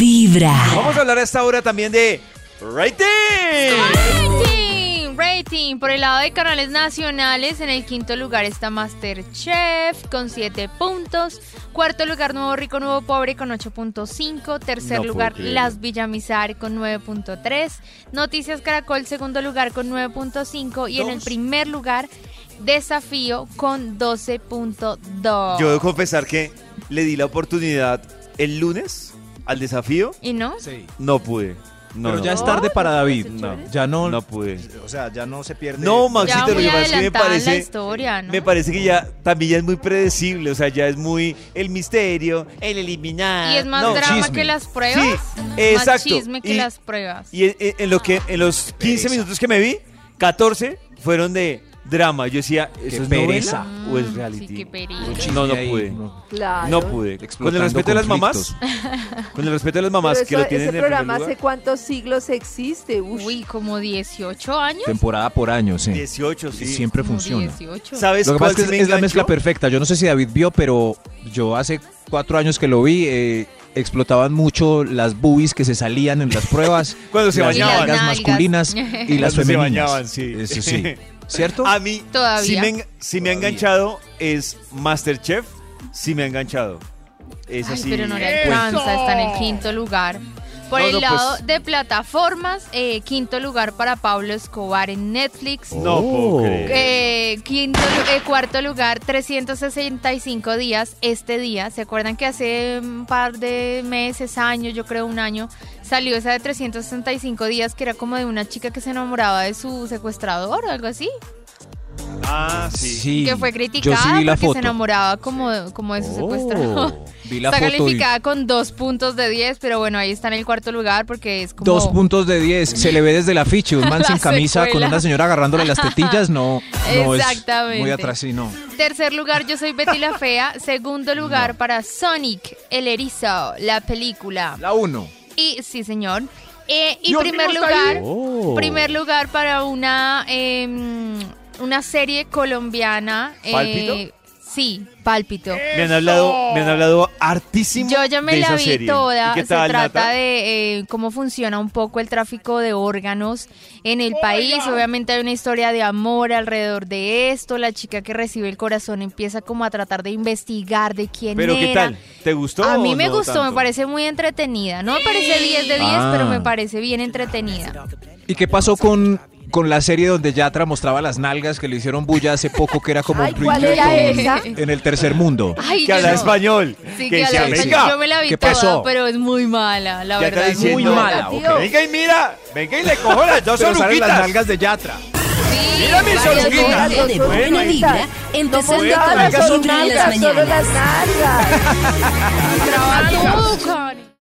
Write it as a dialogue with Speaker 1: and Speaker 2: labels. Speaker 1: Vibra.
Speaker 2: Vamos a hablar a esta hora también de rating.
Speaker 3: Rating, rating. Por el lado de canales nacionales, en el quinto lugar está Masterchef con 7 puntos. Cuarto lugar, Nuevo Rico, Nuevo Pobre con 8.5. Tercer
Speaker 2: No puedo
Speaker 3: lugar,
Speaker 2: creer.
Speaker 3: Las Villamizar con 9.3. Noticias Caracol, segundo lugar con 9.5. Y en el
Speaker 2: Dos.
Speaker 3: primer lugar, Desafío con 12.2.
Speaker 2: Yo debo confesar que le di la oportunidad el lunes al desafío.
Speaker 3: ¿Y no?
Speaker 4: Sí.
Speaker 2: No pude. No,
Speaker 4: Pero
Speaker 2: no,
Speaker 4: ya es tarde para David.
Speaker 3: No. pues,
Speaker 4: Ya no.
Speaker 2: no pude.
Speaker 4: O sea, ya no se pierde.
Speaker 2: No,
Speaker 3: Ya
Speaker 2: Maxito, lo
Speaker 3: muy
Speaker 2: que pasa es que me
Speaker 3: adelantada la
Speaker 2: parece.
Speaker 3: historia, ¿no?
Speaker 2: Me parece que ya también ya es muy predecible, o sea, ya es muy el misterio, el eliminar.
Speaker 3: Y es más
Speaker 2: no.
Speaker 3: drama
Speaker 4: chisme.
Speaker 3: que las pruebas.
Speaker 2: Sí, exacto.
Speaker 3: Más chisme que
Speaker 2: Y-
Speaker 3: las pruebas.
Speaker 2: Y en, en- en lo que, en los 15 minutos que me vi, 14 fueron de drama. Yo decía, ¿eso es
Speaker 4: pereza.
Speaker 2: novela o es
Speaker 3: Mm,
Speaker 2: reality?
Speaker 3: Sí, qué pereza.
Speaker 2: No, no
Speaker 4: Ahí, Pues,
Speaker 2: pude.
Speaker 4: no.
Speaker 3: Ah.
Speaker 5: Claro.
Speaker 2: No pues, pude. Con el
Speaker 4: Explotando
Speaker 2: respeto de las mamás.
Speaker 4: conflictos.
Speaker 2: Con el respeto de las mamás
Speaker 5: Pero
Speaker 2: que
Speaker 5: eso-
Speaker 2: lo tienen en
Speaker 5: ese
Speaker 2: el primer
Speaker 5: programa
Speaker 2: lugar.
Speaker 5: hace cuántos siglos existe. Ush.
Speaker 3: Uy, como 18 años.
Speaker 4: Temporada por año, sí.
Speaker 2: 18,
Speaker 4: Y
Speaker 2: sí.
Speaker 4: siempre
Speaker 3: Como
Speaker 4: funciona. Pues,
Speaker 3: 18.
Speaker 2: ¿Sabes
Speaker 4: Lo que
Speaker 2: cuál
Speaker 4: pasa es
Speaker 2: sí
Speaker 4: que
Speaker 2: me
Speaker 4: es, es la
Speaker 2: enganchó?
Speaker 4: mezcla perfecta. Yo no sé si David vio, pero yo hace cuatro años que lo vi, eh, explotaban mucho las boobies que se salían en las pruebas.
Speaker 2: Cuando se
Speaker 4: las
Speaker 2: bañaban.
Speaker 3: Y
Speaker 4: nalgas
Speaker 3: las
Speaker 4: masculinas
Speaker 3: nalgas.
Speaker 4: y las
Speaker 2: Cuando se
Speaker 4: femeninas.
Speaker 2: bañaban, sí.
Speaker 4: Eso sí. Ah, ¿Cierto?
Speaker 2: A mí,
Speaker 3: Todavía.
Speaker 2: si me, en- sí me ha
Speaker 4: Todavía.
Speaker 2: enganchado es Masterchef, si me ha enganchado. Es
Speaker 3: Ay,
Speaker 2: así. Pues,
Speaker 3: pero no le
Speaker 2: Bueno,
Speaker 3: alcanza, está en el quinto lugar. Por
Speaker 2: No,
Speaker 3: el
Speaker 2: no,
Speaker 3: lado
Speaker 2: pues.
Speaker 3: de plataformas, eh, quinto lugar para Pablo Escobar en Netflix.
Speaker 2: No puedo
Speaker 4: Oh.
Speaker 2: creer.
Speaker 3: Eh, quinto, lu- eh, cuarto lugar, 365 días este día. ¿Se acuerdan que hace un par de meses, años, yo creo un año, salió esa de 365 días que era como de una chica que se enamoraba de su secuestrador o algo así?
Speaker 2: Ah, sí.
Speaker 4: Sí.
Speaker 3: que fue
Speaker 4: Yo
Speaker 3: criticada
Speaker 4: sí vi la
Speaker 3: porque
Speaker 4: foto.
Speaker 3: se enamoraba como de, como de su secuestrador.
Speaker 4: Oh, vi la
Speaker 3: Está
Speaker 4: foto y
Speaker 3: calificada con dos puntos de 10, pero bueno, ahí está en el cuarto lugar porque es como...
Speaker 4: dos puntos de diez. Se le ve desde el afiche. Un man
Speaker 3: La
Speaker 4: sin camisa
Speaker 3: secuela.
Speaker 4: con una señora agarrándole las tetillas. No, no es muy
Speaker 3: Exactamente.
Speaker 4: atrás, sí, no.
Speaker 3: Tercer lugar, yo soy Betty la Fea. Segundo lugar para Sonic, el erizo, la película.
Speaker 4: La uno.
Speaker 3: Y sí, señor. Eh, y primer lugar,
Speaker 4: Oh.
Speaker 3: primer lugar para una, em, una serie colombiana. eh,
Speaker 2: ¿Pálpito?
Speaker 3: sí, Pálpito.
Speaker 2: Me han hablado, me han hablado hartísimo.
Speaker 3: Yo ya me
Speaker 2: de
Speaker 3: la
Speaker 2: esa
Speaker 3: vi
Speaker 2: serie.
Speaker 3: toda.
Speaker 2: ¿Y qué
Speaker 3: Se
Speaker 2: tal,
Speaker 3: trata
Speaker 2: Nata?
Speaker 3: de eh, cómo funciona un poco el tráfico de órganos en el país. Obviamente hay una historia de amor alrededor de esto. La chica que recibe el corazón empieza como a tratar de investigar de quién
Speaker 2: Pero
Speaker 3: era.
Speaker 2: qué tal, ¿te gustó?
Speaker 3: A mí
Speaker 2: o
Speaker 3: me
Speaker 2: no
Speaker 3: gustó,
Speaker 2: tanto?
Speaker 3: me parece muy entretenida. No me parece 10 de 10,
Speaker 4: Ah.
Speaker 3: pero me parece bien entretenida.
Speaker 4: ¿Y qué pasó con, con la serie donde Yatra mostraba las nalgas que le hicieron bulla hace poco, que era como
Speaker 5: Ay,
Speaker 4: un
Speaker 5: ¿cuál
Speaker 4: remake
Speaker 5: era
Speaker 4: con-
Speaker 5: esa?
Speaker 4: en el tercer mundo?
Speaker 3: Ay,
Speaker 2: Que
Speaker 3: yo
Speaker 2: habla
Speaker 3: no.
Speaker 2: español.
Speaker 3: Sí, que
Speaker 2: que
Speaker 3: habla
Speaker 2: decía,
Speaker 4: habla
Speaker 3: español.
Speaker 2: venga.
Speaker 3: Yo me la vi
Speaker 4: ¿Qué
Speaker 3: toda,
Speaker 4: pasó?
Speaker 3: pero es muy mala, la
Speaker 2: Ya está
Speaker 3: verdad. es muy
Speaker 2: diciendo,
Speaker 3: mala.
Speaker 5: ok.
Speaker 2: Venga y mira, venga y le cojo las dos
Speaker 4: Pero salen las
Speaker 2: oruguitas.
Speaker 4: nalgas de Yatra.
Speaker 3: Sí,
Speaker 2: Mira mis
Speaker 3: varias
Speaker 2: oruguitas.
Speaker 5: Las
Speaker 2: Algo
Speaker 1: Algo
Speaker 5: dos
Speaker 1: de buena
Speaker 5: oruguitas.
Speaker 1: vibra, empezando
Speaker 5: No,
Speaker 1: con la
Speaker 5: nada, las
Speaker 1: vibra en las
Speaker 5: orugas, solo
Speaker 1: mañanas.
Speaker 5: las nalgas.
Speaker 3: Trabaja tú, Connie.